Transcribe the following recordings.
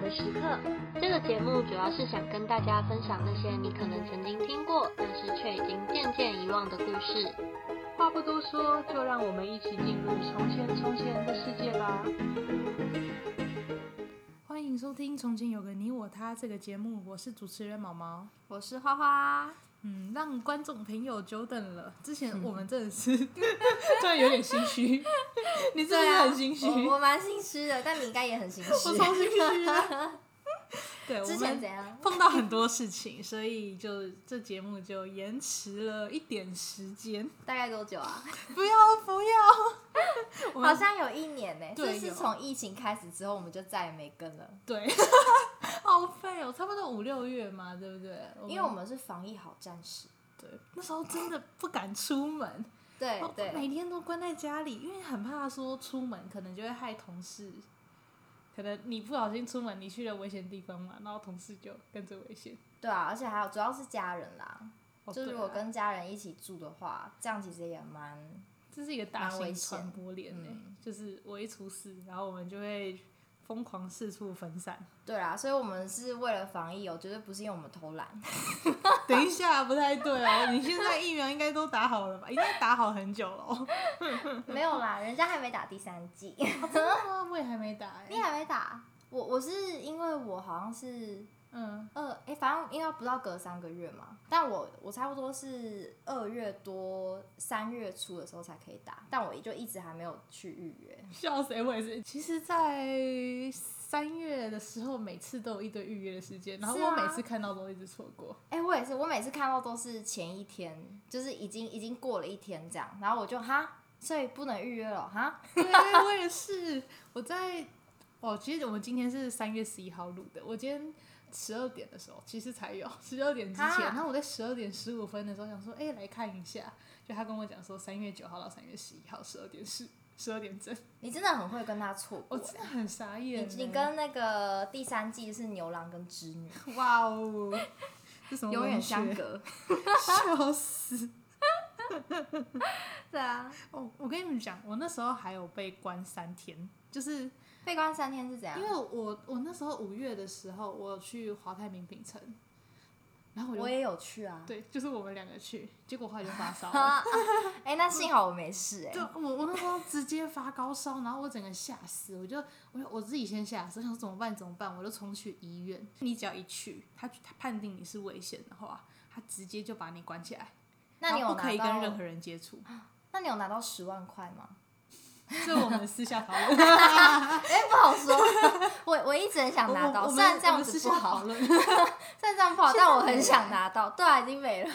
的时刻。这个节目主要是想跟大家分享那些你可能曾经听过，但是却已经渐渐遗忘的故事。话不多说，就让我们一起进入从前从前的世界吧。欢迎收听《从前有个你我他》这个节目，我是主持人毛毛。我是花花，嗯，让观众朋友久等了。之前我们真的 是，突然有点心虚，你真的很心虚，啊我我蛮心虚的，但你应该也很心虚。我超心虚的。对， 之我前们怎样？碰到很多事情，所以就这节目就延迟了一点时 间。大概多久啊？不要不 要，我们好像有一年呢、对这是有从疫情开始之后，我们就再也没跟了，对， 好废哦，差不多五六月嘛，对不对？因为我们是防疫好战士。对那时候真的不敢出门，对哦对，每天都关在家里，因为很怕说出门可能就会害同事。可能你不小心出门，你去了危险地方嘛，然后同事就跟着危险。对啊，而且还有主要是家人啦，哦就是对如果啊跟家人一起住的话，这样其实也蛮这是一个大蛮型危险传播链呢、嗯就是我一出事，然后我们就会疯狂四处分散。 对啦，所以我们是为了防疫哦，绝对不是因为我们偷懒。 等一下，不太对哦，你现在疫苗应该都打好了吧？应该打好很久了、哦。没有啦，人家还没打第三 剂，啊我也还没打、你欸，还没打？我我是因为我好像是嗯，二哎、反正因为不到隔三个月嘛，但我我差不多是二月多三月初的时候才可以打，但我就一直还没有去预约。笑死、欸，我也是。其实，在三月的时候，每次都有一堆预约的时间，然后是啊我每次看到都一直错过。哎、我也是，我每次看到都是前一天，就是已经已经过了一天这样，然后我就哈，所以不能预约了哈。对，我也是。我在哦，其实我们今天是三月十一号录的，我今天十二点的时候其实才有，十二点之前。啊然后我在十二点十五分的时候想说，哎、来看一下。就他跟我讲说，三月九号到三月十一号，十二点十十二点整，你真的很会跟他错我过、真欸。的很傻你眼呢。你跟那个第三季就是牛郎跟织女，哇哦，这什么永远文学 相，隔。 笑死！对啊，哦，我跟你们讲，我那时候还有被关三天，就是被关三天是怎样因？为我我那时候五月的时候，我去华泰名品城，然后我就我也有去啊。对，就是我们两个去，结果后来就发烧 了。啊，哎、那幸好我没事哎、就我我那时候直接发高烧，然后我整个吓死，我就我就我自己先吓死，我想说怎么办怎么办，我就冲去医院。你只要一去，他他判定你是危险的话，他直接就把你关起来，那然你有后拿不到？可以跟任何人接触。那你有拿到十万块吗？这我们私下讨论， 哎、不好说， 我我一直很想拿哦我到，我们虽然这我样们私子不下讨好， 论。虽然这样不好，但我很想拿到。对啊，已经没了，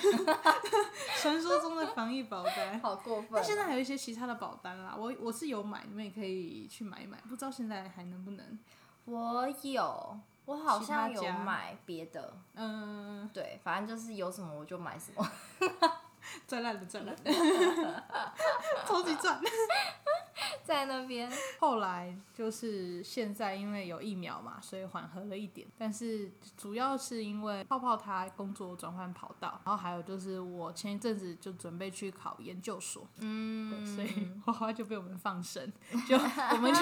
传说中的防疫保单。好过分那。现在还有一些其他的保单啦，我我是有买，你们也可以去买一买，不知道现在还能不能？我有，我好像有其他家买别的，嗯、对，反正就是有什么我就买什么。 赚烂了，赚烂了， 超级赚。在那边，后来就是现在，因为有疫苗嘛，所以缓和了一点。但是主要是因为泡泡他工作转换跑道，然后还有就是我前一阵子就准备去考研究所，对，所以嗯，花花就被我们放生，就我 们就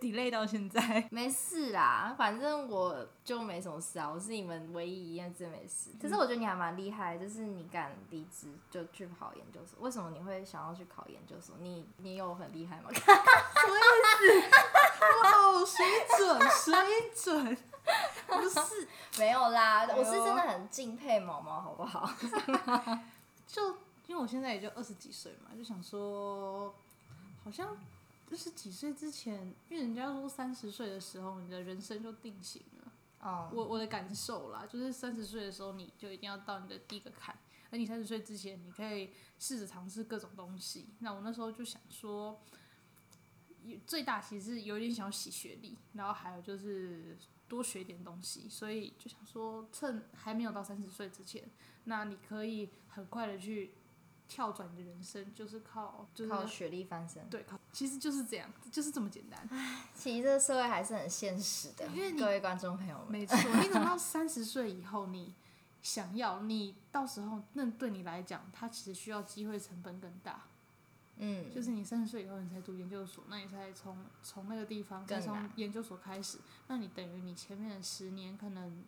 delay 到现在。没事啦，反正我就没什么事啊，我是你们唯一一件真没事。可是我觉得你还蛮厉害，就是你敢离职就去考研究所，为什么你会想要去考研究所？你你有很厉害吗？哇，水准，水准，不是没有啦，哎呦我是真的很敬佩毛毛，好不好？ 就因为我现在也就二十几岁嘛，就想说，好像二十几岁之前，因为人家说三十岁的时候，你的人生就定型了。嗯，我我的感受啦，就是三十岁的时候，你就一定要到你的第一个坎。而你三十岁之前，你可以试着尝试各种东西。那我那时候就想说，有最大其实有点想要洗学历，然后还有就是多学点东西，所以就想说，趁还没有到三十岁之前，那你可以很快的去跳转你的人生，就是靠就是靠学历翻身。对靠，其实就是这样，就是这么简单。其实这个社会还是很现实的，因为你各位观众朋友们，没错，你等到三十岁以后，你想要，你到时候那对你来讲，它其实需要机会成本更大。嗯，就是你三十岁以后你才读研究所，那你才从从那个地方再更从难研究所开始，那你等于你前面的十年可能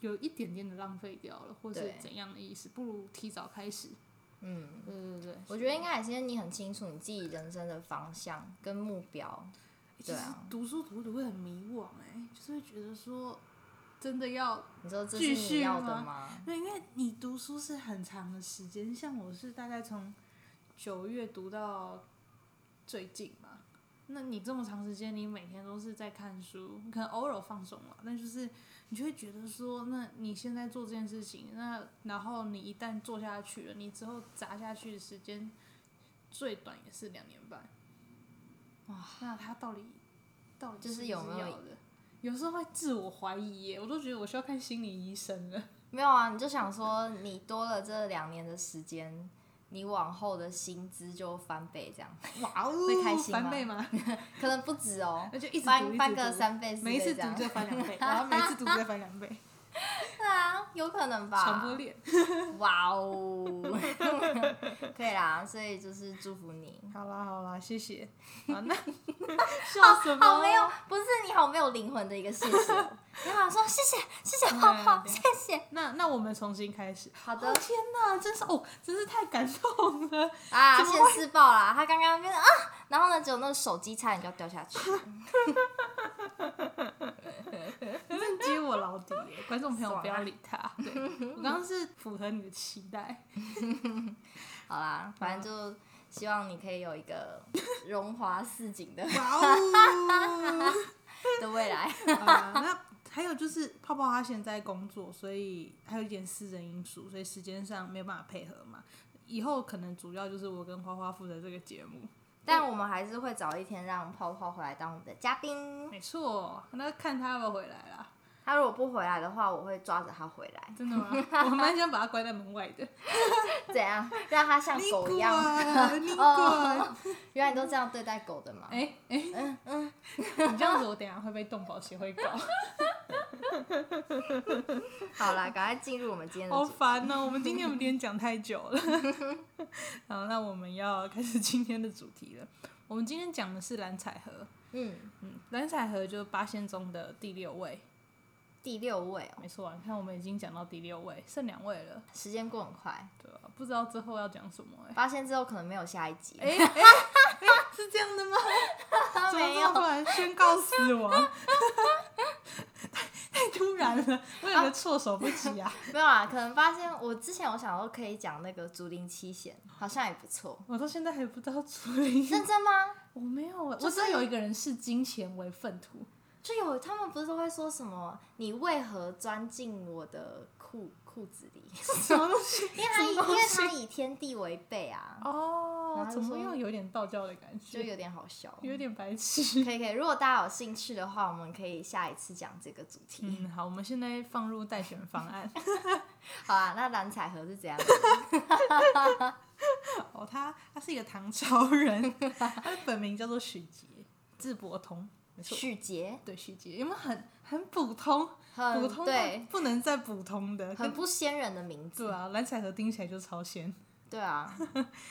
有一点点的浪费掉了，或是对怎样的意思，不如提早开始。嗯，对对对，我觉得应该还是因为你很清楚你自己人生的方向跟目标。其对实啊读书读的会很迷惘哎、就是会觉得说真的要你说这继是续你要的吗吗？对，因为你读书是很长的时间，像我是大概从九月读到最近嘛。那你这么长时间，你每天都是在看书，你可能偶尔放松了，但就是你就会觉得说，那你现在做这件事情，那然后你一旦做下去了，你之后砸下去的时间最短也是两年半。哇，那他到底到底就是不有没有要的？有时候会自我怀疑耶，我都觉得我需要看心理医生了。没有啊，你就想说你多了这两年的时间，你往后的薪资就翻倍这样， 哇哦，会开心吗翻倍吗？可能不止哦， 那就一直读翻一翻直个读三倍四每一倍次这读样，就翻 两倍，然后每一次读再翻两倍，对啊，有可能吧。传播链。哇哦， 可以啦，所以就是祝福你。好啦好啦，谢谢。好， 那笑什么？好没有，不是你好没有灵魂的一个谢谢哦，你好说谢谢谢谢泡泡，对谢谢。那那我们重新开始。嗯好 的哦天哪，真是哦，真是太感动 了。啊，怎么现世报啦，他刚刚变成啊，然后呢，只有那个手机差点就要掉下 去。真接我老底耶，观众朋友爽啊不要理他。对我刚刚是符合你的期待。好啦，反正就希望你可以有一个荣华似锦 的哇哦！的未 来。啊，那还有就是泡泡他现在工作，所以还有一点私人因素，所以时间上没有办法配合嘛。以后可能主要就是我跟花花负责这个节目，但我们还是会找一天让泡泡回来当我们的嘉宾。没错。那看他们回来啦，他如果不回来的话，我会抓着他回 来，真的 吗？我蛮想把他关在门外的。啊怎样让他像你狗滚一样？，你滚 哦！原来你都这样对待狗的嘛？啊哎哎， 你这样子我等一下会被动保协会 告，好啦，赶快进入我们今天的好主题。烦哦。我们今天有点讲太久了， 好，那我们要开始今天的主题了。我们今天讲的是蓝采和，嗯，嗯，蓝采和就是八仙中的第六位，第六位哦，没错啊。你看，我们已经讲到第六位，剩两位了，时间过很快，对吧、不知道之后要讲什么哎、发现之后可能没有下一集。哎、哎、哎是这样 的吗？怎么没这么突有，然宣告死亡？ 太太突然了，我有个措手不及啊！没有啊，可能发现我之前有想说可以讲那个竹林七贤，好像也不错。我到现在还不知道处理，认真吗？我没有哎、就是我知道有一个人视金钱为粪土，就有他们不是都会说什么？你为何钻进我的裤裤子里？什么东西？因为他以什么因东为西他以啊天地为被啊，然哦，后就怎么说又有点道教的感 就觉？有点好笑。有点白痴。可以可以，如果大家有兴趣的话，我们可以下一次讲这个主题。嗯，好，我们现在放入待选方案。 好啊，那蓝采和是 怎样的？哦，他他是一个唐朝人，他的本名叫做许杰，字伯通，没错，许杰，对许杰，因为很很普通，很普通到嗯对，不能再普通的，很跟不仙人的名字。对啊，蓝采和听起来就超仙。对啊，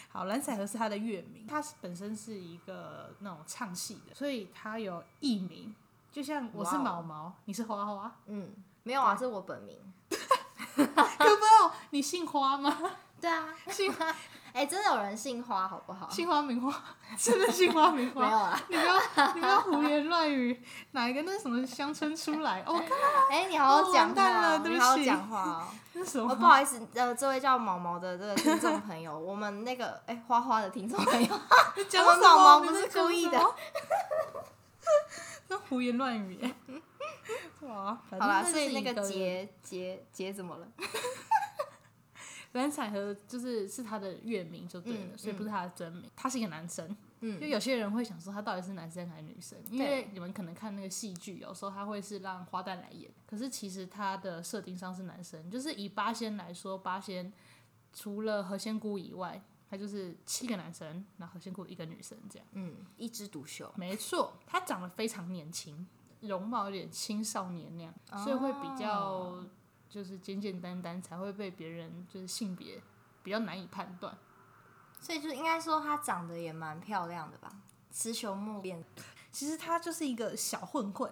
好，蓝采和是他的乐名，他是本身是一个那种唱戏的，所以他有艺名，就像我是哇哦毛毛，你是花花，嗯，没有啊，这是我本名。可不，你姓花吗？ 对啊，姓哎、真的有人姓花，好不好？姓花名花， 真的姓花名没有花。啊， 你不要，你不要胡言乱语，哪一个那什么乡村出来？哦，哎、你好好哦完讲话、蛋了哦，对不你好好起讲话 哦。那什我么不？好意思，呃，这位叫毛毛的这个听众朋友， 我们那个哎、花花的听众朋 友，你讲我什脑么？盲不你在是讲故意什的么， 那胡言乱语 耶。哇，反正好啦，那所以是那一个杰杰杰怎么了？蓝采和就是是他的乐名就对了，嗯所以不是他的真名。他是一个男生，就嗯，有些人会想说他到底是男生还是女生，因为你们可能看那个戏剧，有时候他会是让花旦来演，可是其实他的设定上是男生。就是以八仙来说，八仙除了何仙姑以外，他就是七个男生，然后何仙姑一个女生这样。嗯，一枝独秀，没错，他长得非常年轻，容貌有点青少年那样，所以会比较就是简简单单，才会被别人就是性别比较难以判断。所以就应该说她长得也蛮漂亮的吧，雌雄莫辨。其实他就是一个小混混，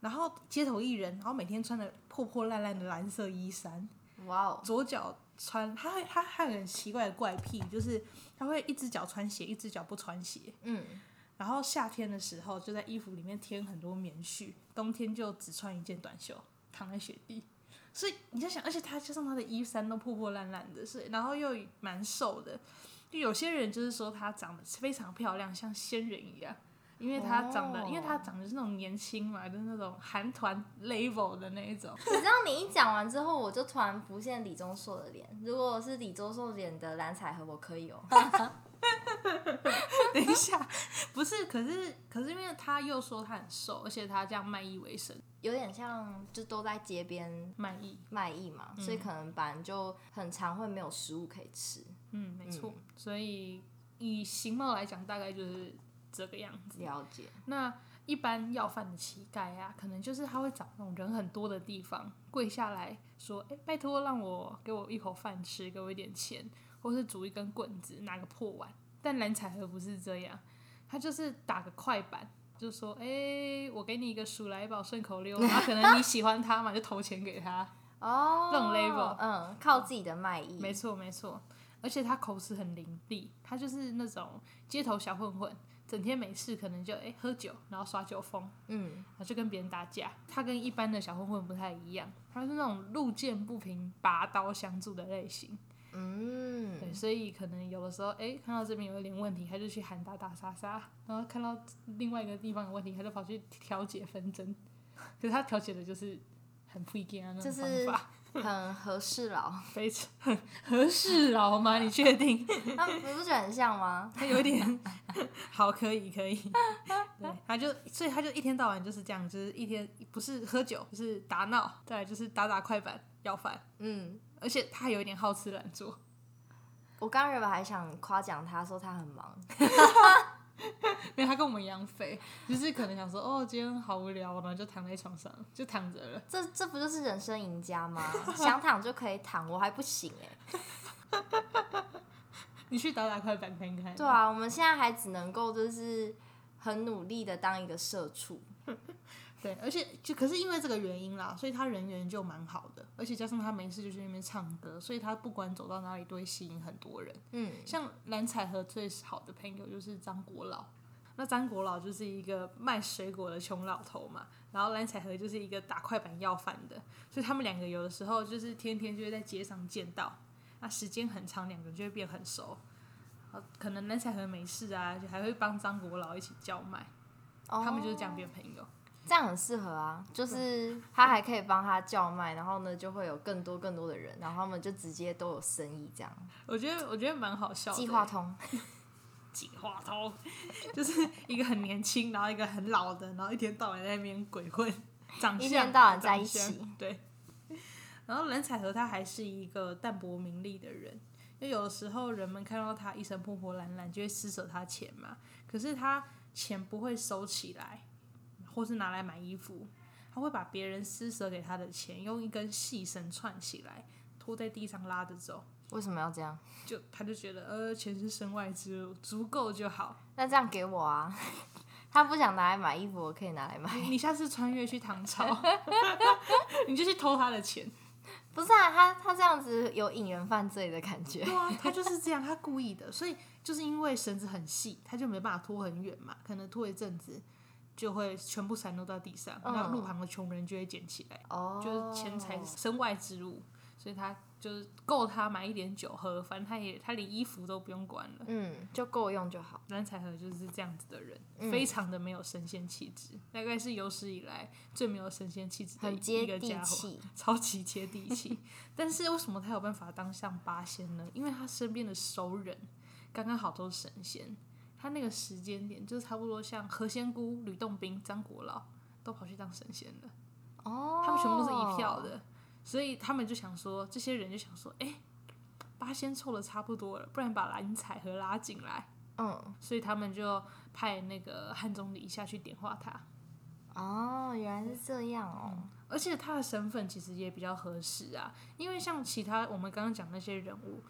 然后街头艺人，然后每天穿的破破烂烂的蓝色衣衫，哇哦，左脚穿，他会他还有很奇怪的怪癖，就是他会一只脚穿鞋，一只脚不穿鞋。嗯，然后夏天的时候就在衣服里面添很多棉絮，冬天就只穿一件短袖，躺在雪地。所以你就想，而且他加上他的衣衫都破破烂烂的，是然后又蛮瘦的。就有些人就是说他长得非常漂亮，像仙人一样，因为他长得，哦因为他长得是那种年轻嘛，就是那种韩团 level 的那一种。 你知道你一讲完之后，我就突然浮现李钟硕的脸。如果是李钟硕演的蓝采和，我可以哦。 等一下，不是，可是可是因为他又说他很瘦，而且他这样卖艺为生，有点像就都在街边卖艺，卖艺嘛，所以可能本来就很常会没有食物可以吃。嗯，没错。所以以形貌来讲，大概就是这个样子。了解，那一般要饭的乞丐啊，可能就是他会找那种人很多的地方跪下来说：“哎、拜托让我给我一口饭吃，给我一点钱，或是煮一根棍子，拿个破碗。”但蓝采和不是这样，他就是打个快板。就说，哎、我给你一个鼠来宝顺口溜，然后可能你喜欢他嘛，就投钱给他。哦，这种 label 嗯，靠自己的卖艺，没错，没错。而且他口齿很伶俐，他就是那种街头小混混，整天没事可能就哎、喝酒，然后耍酒疯，嗯，然后就跟别人打架。他跟一般的小混混不太一样，他是那种路见不平拔刀相助的类型。嗯对，所以可能有的时候，哎、看到这边有一点问题，他就去喊打打杀杀；然后看到另外一个地方有问题，他就跑去调解纷争。 可是他调解的就是很不一样的那种就是方法，很合适了。非常 合适老吗？你确定？那你不觉得很像吗？他有一点 好，可以可以，对，他就所以他就一天到晚就是这样，就是一天不是喝酒，就是打闹，再来就是打打快板要饭，嗯，而且他还有一点好吃懒做，我刚原本还想夸奖他说他很忙，因为他跟我们一样肥，就是可能想说哦今天好无聊，然后就躺在床上就躺着了。这这不就是人生赢家吗？ 想躺就可以躺，我还不行哎、你去打打快板看看，对，啊，我们现在还只能够就是很努力的当一个社畜。对，而且就可是因为这个原因啦，所以他人缘就蛮好的，而且加上他没事就去那边唱歌，所以他不管走到哪里都会吸引很多人。嗯，像蓝采和最好的朋友就是张国老，那张国老就是一个卖水果的穷老头嘛，然后蓝采和就是一个打快板要饭的，所以他们两个有的时候就是天天就会在街上见到，那时间很长，两个人就会变很熟。呃可能蓝采和没事啊，就还会帮张国老一起叫卖，哦他们就是这样变朋友。这样很适合啊，就是他还可以帮他叫卖，然后呢就会有更多更多的人，然后他们就直接都有生意这样，我觉得我觉得蛮好笑的。计划通。计划通，就是一个很年轻，然后一个很老的，然后一天到晚在那边鬼混，长相一天到晚在一起长相对。然后蓝采和他还是一个淡泊名利的人，因为有的时候人们看到他一身破破烂烂，就会施舍他钱嘛。可是他钱不会收起来，或是拿来买衣服，他会把别人施舍给他的钱用一根细绳串起来，拖在地上拉着走。为什么要这样？就他就觉得，呃，钱是身外之物，足够就好。那这样给我啊， 他不想拿来买衣服，我可以拿来买。 你下次穿越去唐 朝，你就去偷他的钱。不是啊，他他这样子有引人犯罪的感觉对。啊，他就是这样，他故意的。所以就是因为绳子很细，他就没办法拖很远嘛，可能拖一阵子就会全部散落到地上，嗯然后路旁的穷人就会捡起来，哦，就是钱财身外之物，所以他就是够他买一点酒喝，反正他也他连衣服都不用管了。嗯，就够用就好。蓝采和就是这样子的人，嗯非常的没有神仙气质，大概是有史以来最没有神仙气质的很一接个地家伙气，超级接地气。 但是为什么他有办法当上八仙呢？因为他身边的熟人刚刚好都是神仙，他那个时间点就差不多像何仙姑、吕洞宾、张国老都跑去当神仙了，哦，他们全部都是一票。的，所以他们就想说，这些人就想说，哎、八仙凑的差不多了，不然把蓝采和拉进来。嗯，所以他们就派那个汉钟离下去点化他，哦，原来是这样哦。而且他的身份其实也比较合适啊，因为像其他我们刚刚讲那些人物，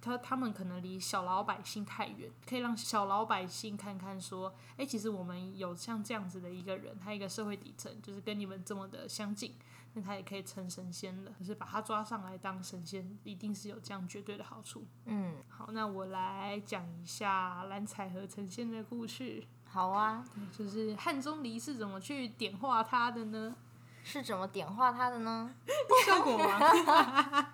他他们可能离小老百姓太远，可以让小老百姓看看说，哎、其实我们有像这样子的一个人，他一个社会底层，就是跟你们这么的相近，那他也可以成神仙了。可是把他抓上来当神仙，一定是有这样绝对的好处。嗯，好，那我来讲一下蓝采和陈仙的故事，好啊，就是汉钟离是怎么去点化他的呢？是怎么点化他的呢？ 效果王。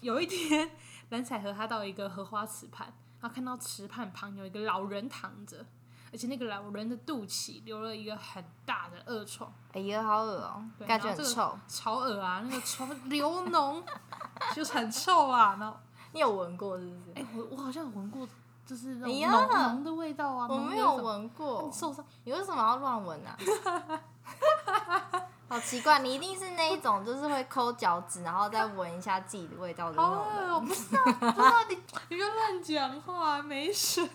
有一天，蓝采和他到一个荷花池畔，然后看到池畔旁有一个老人躺着，而且那个老人的肚脐留了一个很大的恶疮，哎呀，好恶哦、对感觉然很后臭。这个超恶啊，那个疮流 脓，就是很臭啊。然后，你有闻过是不是？哎、我我好像有闻过，就是那种哎呀浓浓的味道啊。我浓的没一有种闻过，受伤，你为什么要乱闻啊？ 好奇怪，你一定是那一种，就是会抠脚趾，然后再闻一下自己的味道的那好种恶人。哦，不是 啊，不知道你，你不要乱讲话，没水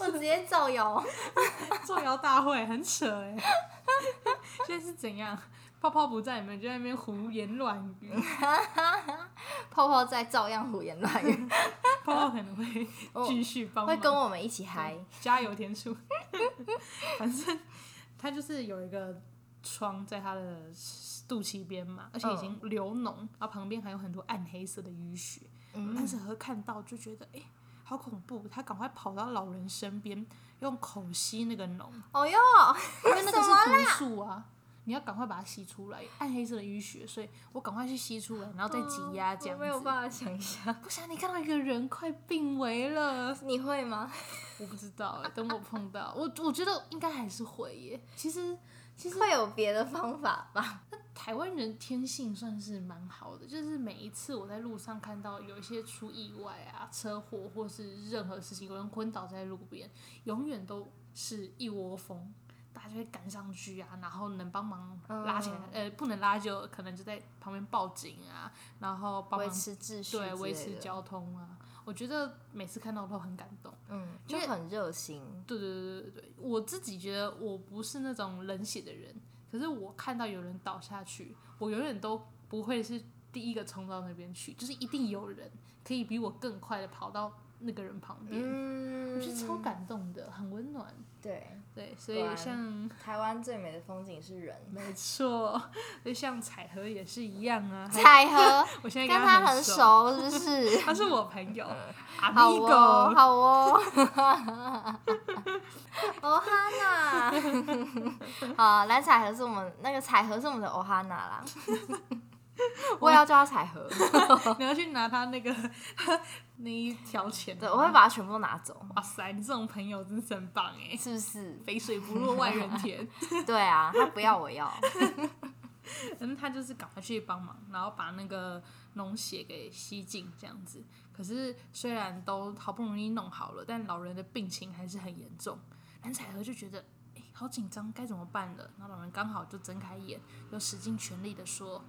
我直接造谣， 造谣大会很扯哎、 现在是怎样？泡泡不在，你们就在那边胡言乱语，泡泡在照样胡言乱语，泡泡可能会哦继续帮忙，会跟我们一起嗨。加油添醋。 反正他就是有一个疮在他的肚脐边嘛，嗯而且已经流脓，然后旁边还有很多暗黑色的淤血。但嗯，是和看到就觉得哎、诶好恐怖，他赶快跑到老人身边，用口吸那个脓，哦哟，因为那个是毒素啊，你要赶快把它吸出来。暗黑色的淤血，所以我赶快去吸出来，然后再挤压这样哦我子。没有办法想象。不啊想你看到一个人快病危了， 你会吗？我不知道哎、等我碰到我，我觉得应该还是会耶。其实其实会有别的方法吧？台湾人天性算是蛮好的，就是每一次我在路上看到有一些出意外啊、车祸或是任何事情，有人昏倒在路边，永远都是一窝蜂，大家就会赶上去啊，然后能帮忙拉起来，呃，不能拉就可能就在旁边报警啊，然后帮维忙持秩序，对维持，交通啊。我觉得每次看到都很感动。嗯，因就为很热心。对对对对对，我自己觉得我不是那种冷血的人，可是我看到有人倒下去，我永远都不会是第一个冲到那边去，就是一定有人可以比我更快的跑到那个人旁边，嗯，我觉得超。感动的，很温暖。对，对，所以果然像 台湾最美的风景是人。没错，所以像彩荷也是一样啊，彩荷，我现在跟跟他很很，熟，是不 是？他是我朋友好哦， ，amigo。好 哦，哦哈娜， 好，蓝彩盒是我们那个彩盒是我们的哦哈娜 啦，我也要叫它彩盒，你要去拿他那个 那一条钱，对，我会把它全部拿走，哇塞，你这种朋友真是很棒哎，是不是？肥水不落外人田。对啊，他不要我要，嗯，他就是赶快去帮忙，然后把那个脓血给吸净这样子。可是虽然都好不容易弄好了，但老人的病情还是很严重。蓝采和就觉得，哎、好紧张，该怎么办了？然后老人刚好就睁开眼，又使尽全力的说：“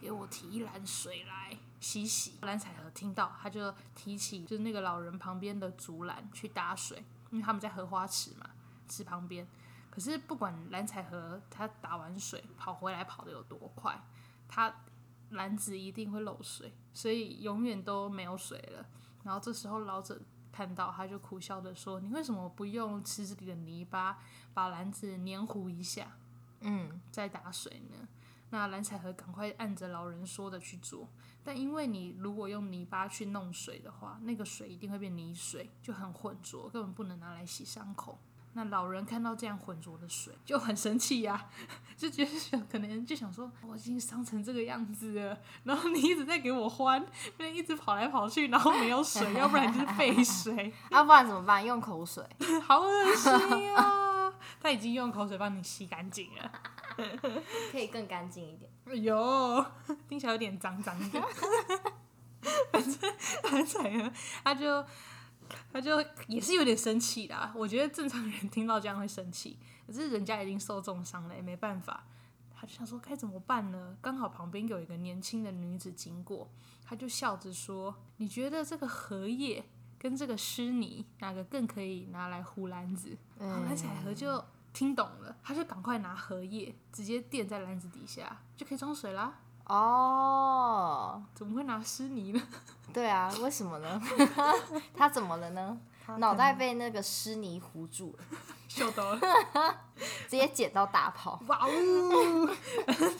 给我提一篮水来洗洗。”蓝采和听到，他就提起就是那个老人旁边的竹篮去打水，因为他们在荷花池嘛，池旁边。可是不管蓝采和他打完水跑回来跑得有多快，他篮子一定会漏水，所以永远都没有水了。然后这时候老者看到，他就苦笑的说：“你为什么不用池子里的泥巴把篮子黏糊一下嗯，再打水呢？”那蓝采和赶快按着老人说的去做，但因为你如果用泥巴去弄水的话，那个水一定会变泥水，就很浑浊，根本不能拿来洗伤口。那老人看到这样浑浊的水，就很生气呀、 就觉得想可能就想说，我已经伤成这个样子了，然后你一直在给我欢，不然一直跑来跑去，然后没有水，要不然就是废水， 要、啊不然怎么办？用口水，好恶心啊！ 他已经用口水帮你洗干净了，可以更干净一点。哎呦，听起来有点脏脏的。 反正反正他就他就也是有点生气啦。我觉得正常人听到这样会生气，可是人家已经受重伤了，也没办法。他就想说该怎么办呢？刚好旁边有一个年轻的女子经过，他就笑着说：“你觉得这个荷叶跟这个湿泥哪个更可以拿来糊篮子？”嗯然后蓝采和就听懂了，他就赶快拿荷叶直接垫在篮子底下，就可以装水啦。哦，怎么会拿湿泥 呢？对啊，为什么呢？ 他怎么了呢？脑袋被那个湿泥糊住了，秀到了，直接捡到大炮。哇哦！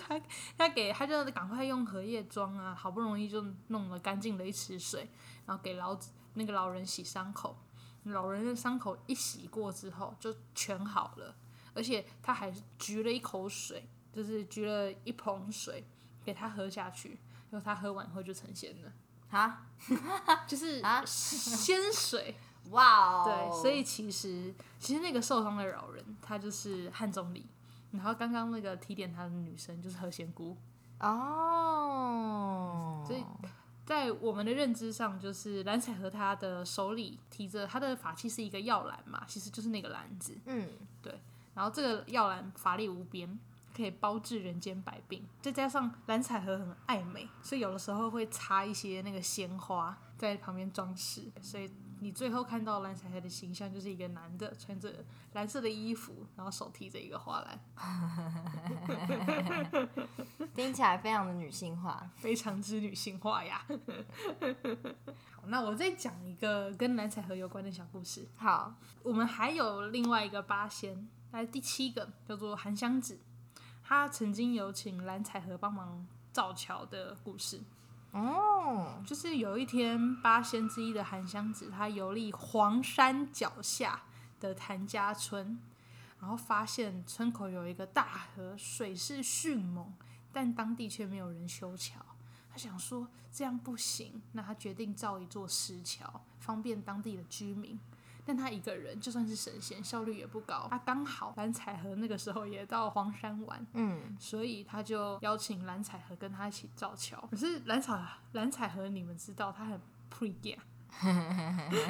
他他给他就赶快用荷叶装啊，好不容易就弄了干净的一池水，然后给老那个老人洗伤口。老人的伤口一洗过之后就全好了，而且他还举了一口水，就是举了一捧水给他喝下去，然后他喝完以后就成仙了， 啊，就是啊 仙水。哇哦！对，所以其实其实那个受伤的老人，他就是汉钟离，然后刚刚那个提点他的女生就是何仙姑，哦，所以在我们的认知上，就是蓝采和他的手里提着他的法器是一个药篮嘛，其实就是那个篮子，嗯，然后这个药篮法力无边。可以包治人间百病，再加上蓝采和很爱美，所以有的时候会插一些那个鲜花在旁边装饰，所以你最后看到蓝采和的形象就是一个男的穿着蓝色的衣服，然后手提着一个花篮，听起来非常的女性化。非常之女性化呀。 好，那我再讲一个跟蓝采和有关的小故事。好，我们还有另外一个八仙，来第七个叫做韩湘子，他曾经有请蓝采和帮忙造桥的故事。哦，就是有一天，八仙之一的韩湘子，他游历黄山脚下的谭家村，然后发现村口有一个大河，水势迅猛，但当地却没有人修桥。他想说这样不行，那他决定造一座石桥，方便当地的居民。但他一个人，就算是神仙，效率也不高。他刚好蓝采和那个时候也到黄山玩，嗯，所以他就邀请蓝采和跟他一起造桥。可是蓝采蓝采和，你们知道他很 pre g a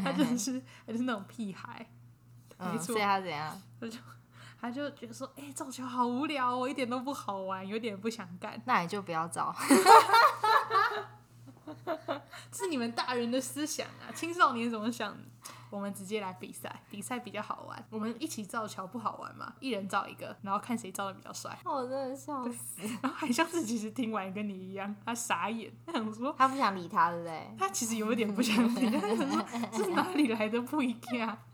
他就是他就是那种屁孩，没嗯，错所以他怎样？他就觉得说，哎、造桥好无聊哦，一点都不好玩，有点不想干。那你就不 要找。这是你们大人的思想啊，青少年怎么想？我们直接来比赛，比赛比较好玩。我们一起造桥不好玩嘛？一人造一个，然后看谁造的比较帅。哦我真的笑死。然后海象子其实听完跟你一样，他傻眼，他想说他不想理他，对不对？他其实有一点不想理， 他想说这哪里来的不一样？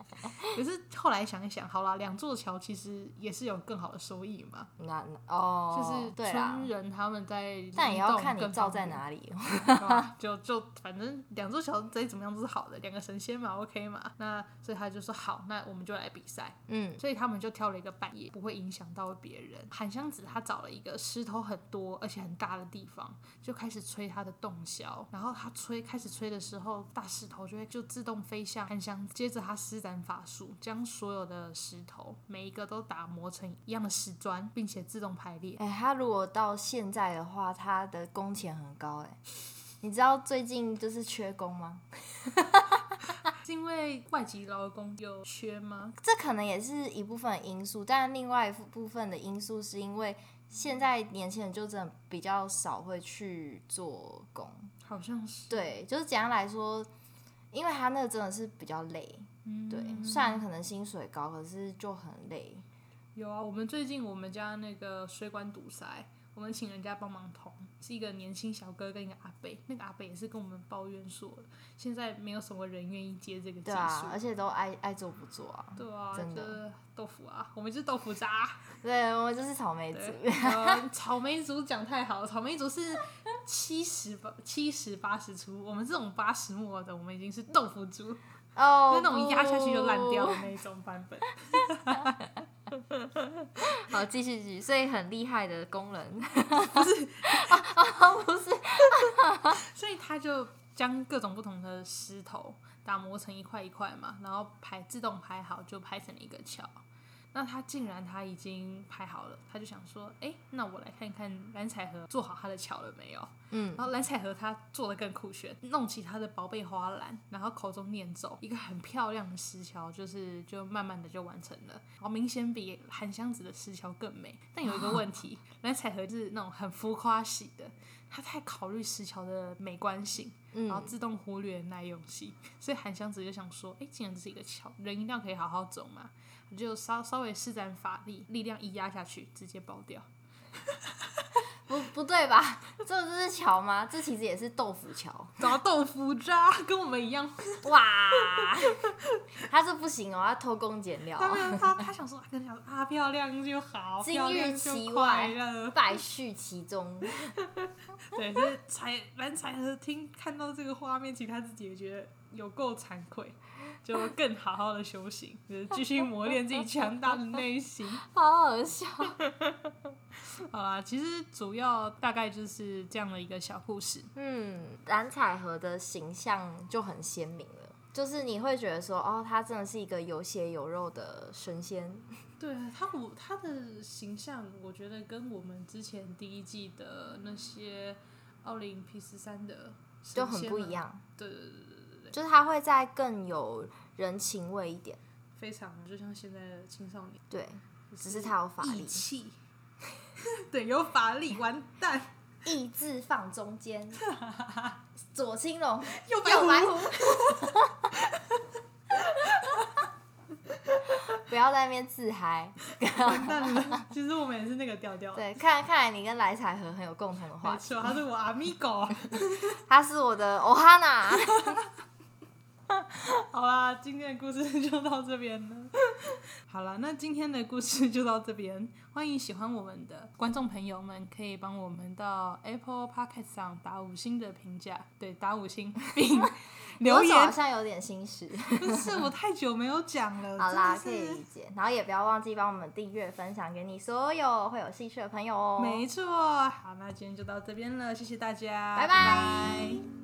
可是后来想一想，好啦，两座桥其实也是有更好的收益嘛，那那哦，就是对啦村，人他们在移动更方便，但也要看你照在哪里。哦对吧 就就反正两座桥再怎么样都是好的，两个神仙嘛，OK 嘛。那所以他就说好，那我们就来比赛。 嗯，所以他们就挑了一个半夜，不会影响到别人。韩湘子他找了一个石头很多而且很大的地方，就开始吹他的洞箫。然后他吹开始吹的时候，大石头就会就自动飞向韩湘子。接着他施展法术，将所有的石头每一个都打磨成一样的石砖，并且自动排列。哎、他如果到现在的话，他的工钱很高哎、你知道最近就是缺工吗？是因为外籍劳工有缺吗？这可能也是一部分因素，但另外一部分的因素是因为现在年轻人就真的比较少会去做工。好像是。对，就是简单来说，因为他那个真的是比较累。嗯对，虽然可能薪水高，可是就很累。有啊，我们最近我们家那个水管堵塞，我们请人家帮忙通，是一个年轻小哥跟一个阿伯，那个阿伯也是跟我们抱怨说，现在没有什么人愿意接这个技对术。啊，而且都爱爱做不做啊。对啊，真就的是豆腐啊，我们就是豆腐 渣。对，我们就是草莓族。对，呃草莓族讲太好了，草莓族是七十八、七十八十出，我们这种八十末的，我们已经是豆腐猪。哦就， 那种压下去就烂掉不的那一种版本。 好，继续继续，所以很厉害的工人，所以他就将各种不同的石头打磨成一块一块嘛，然后排自动排好，就排成了一个桥。那他竟然他已经排好了，他就想说，哎、那我来看看蓝采和做好他的桥了没有？嗯，然后蓝采和他做的更酷炫，弄起他的宝贝花篮，然后口中念咒，一个很漂亮的石桥，就是就慢慢的就完成了，然后明显比韩湘子的石桥更美。但有一个问 题，蓝采和是那种很浮夸系的，他太考虑石桥的美观性，嗯然后自动忽略耐用性，所以韩湘子就想说，哎，既然这是一个桥，人一定要可以好好走嘛，他就稍稍微施展法力，力量一压下去，直接爆掉。 不不对吧？ 这这是桥吗？这其实也是豆腐桥。找豆腐渣， 跟我们一样。哇，他这不行哦，他偷工减料、他没哦，有啊他他想说，跟你讲啊，漂亮就好，今漂亮日就其快外乐，。败絮其中。 对，就是才蓝采和听看到这个画面，其实他自己也觉得有够惭愧， 就更好好的修行，就是继续磨练自己强大的内 心。好好笑。好啦，其实主要大概就是这样的一个小故事。嗯，蓝采和的形象就很鲜明了。就是你会觉得说，哦，他真的是一个有血有肉的神仙，对啊他，我他的形象，我觉得跟我们之前第一季的那些奥林匹斯山的神就很仙啊不们一，样。对对对对就是他会再更有人情味一点，非常就像现在的青少年，对，只是他有法义力，气， 对，有法力，完蛋， 意志放中间， 左青龙，又白右白 虎。虎。不要在那边自嗨。完蛋了。其实我们也是那个调调，没对，看看来你跟来彩和很有共同的话题。错，他是我阿米狗。他是我的欧哈娜。好啦，今天的故事就到这边了。好了，那今天的故事就到这边。欢迎喜欢我们的观众朋友们，可以帮我们到 Apple p o c k e t 上打五星的评价，对，打五星并 留我手好 言。像有点 心虚。不是我太久没有讲了，好啦，可真以的理是。解。然后也不要忘记帮我们订阅、分享给你所有会有兴趣的朋友哦。没错，好，那今天就到这边了，谢谢大家，拜拜拜